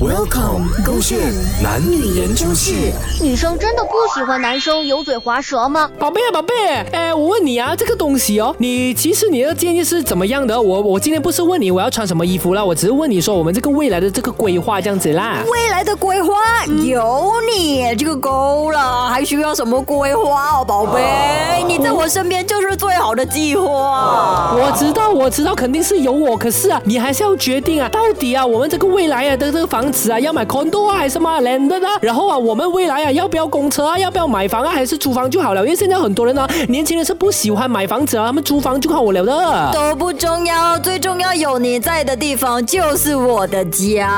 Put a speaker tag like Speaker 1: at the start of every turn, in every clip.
Speaker 1: Welcome，勾线男女研究室。
Speaker 2: 女生真的不喜欢男生油嘴滑舌吗？
Speaker 3: 宝贝啊，宝贝，哎，我问你啊，这个东西哦，你其实你的建议是怎么样的？我我今天不是问你我要穿什么衣服啦，我只是问你说我们这个未来的这个规划这样子啦。
Speaker 4: 未来的规划有你这个够了，还需要什么规划哦，宝贝？你在我身边就是最好的计划。
Speaker 3: 我知道，我知道，肯定是有我。可是啊，你还是要决定啊，到底啊，我们这个未来啊的这个房子啊，要买 condo 啊，还是买 land 啊？然后啊，我们未来啊，要不要公车啊？要不要买房啊？还是租房就好了？因为现在很多人呢、年轻人是不喜欢买房子啊，他们租房就好了的。
Speaker 4: 都不重要，最重要有你在的地方就是我的家。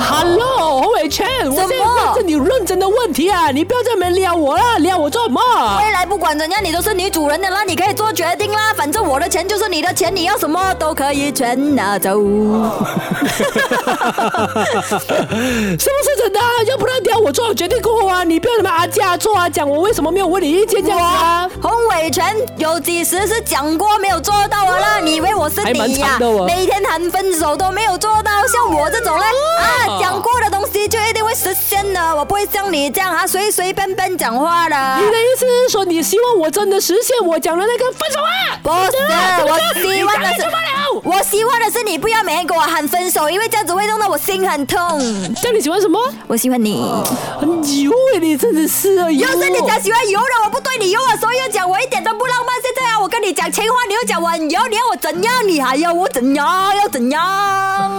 Speaker 3: Hello，侯伟全，我现在问是你认真的问题啊，你不要在那边撩我了，撩我做什么？
Speaker 4: 未来不管怎样，你都是女主人的啦，你可以做决定啦。反正我的钱就是你的钱，你要什么都可以全拿走。
Speaker 3: 是不是真的啊？要不然撩我做好决定过后啊，你不要什么阿家做啊，讲我为什么没有问你意见这样子啊？
Speaker 4: 洪伟全有几时是讲过没有做到的啦？你以为我是
Speaker 3: 哦还蛮
Speaker 4: 你呀、
Speaker 3: 长的哦
Speaker 4: 每天谈分手都没有做到，像我这种嘞
Speaker 3: 哦
Speaker 4: 啊，讲过的东西就一定会实现的，我不会像你这样啊随随便便讲话的。
Speaker 3: 你 的意思是说，你希望我真的实现我讲的那个分手啊？
Speaker 4: 不 是，我希望的
Speaker 3: 你
Speaker 4: 是
Speaker 3: 干嘛了，
Speaker 4: 我希望的是你不要每天跟我喊分手，因为这样子会弄得我心很痛。
Speaker 3: 叫你喜欢什么？
Speaker 4: 我喜欢你。
Speaker 3: 很油哎，你真的是啊！
Speaker 4: 要
Speaker 3: 要
Speaker 4: 是你讲喜欢油的，我不对你油啊，所以又讲我一点都不浪漫。现在啊，我跟你讲情话，你又讲我很油，你要我怎样？你还要我怎样？要怎样？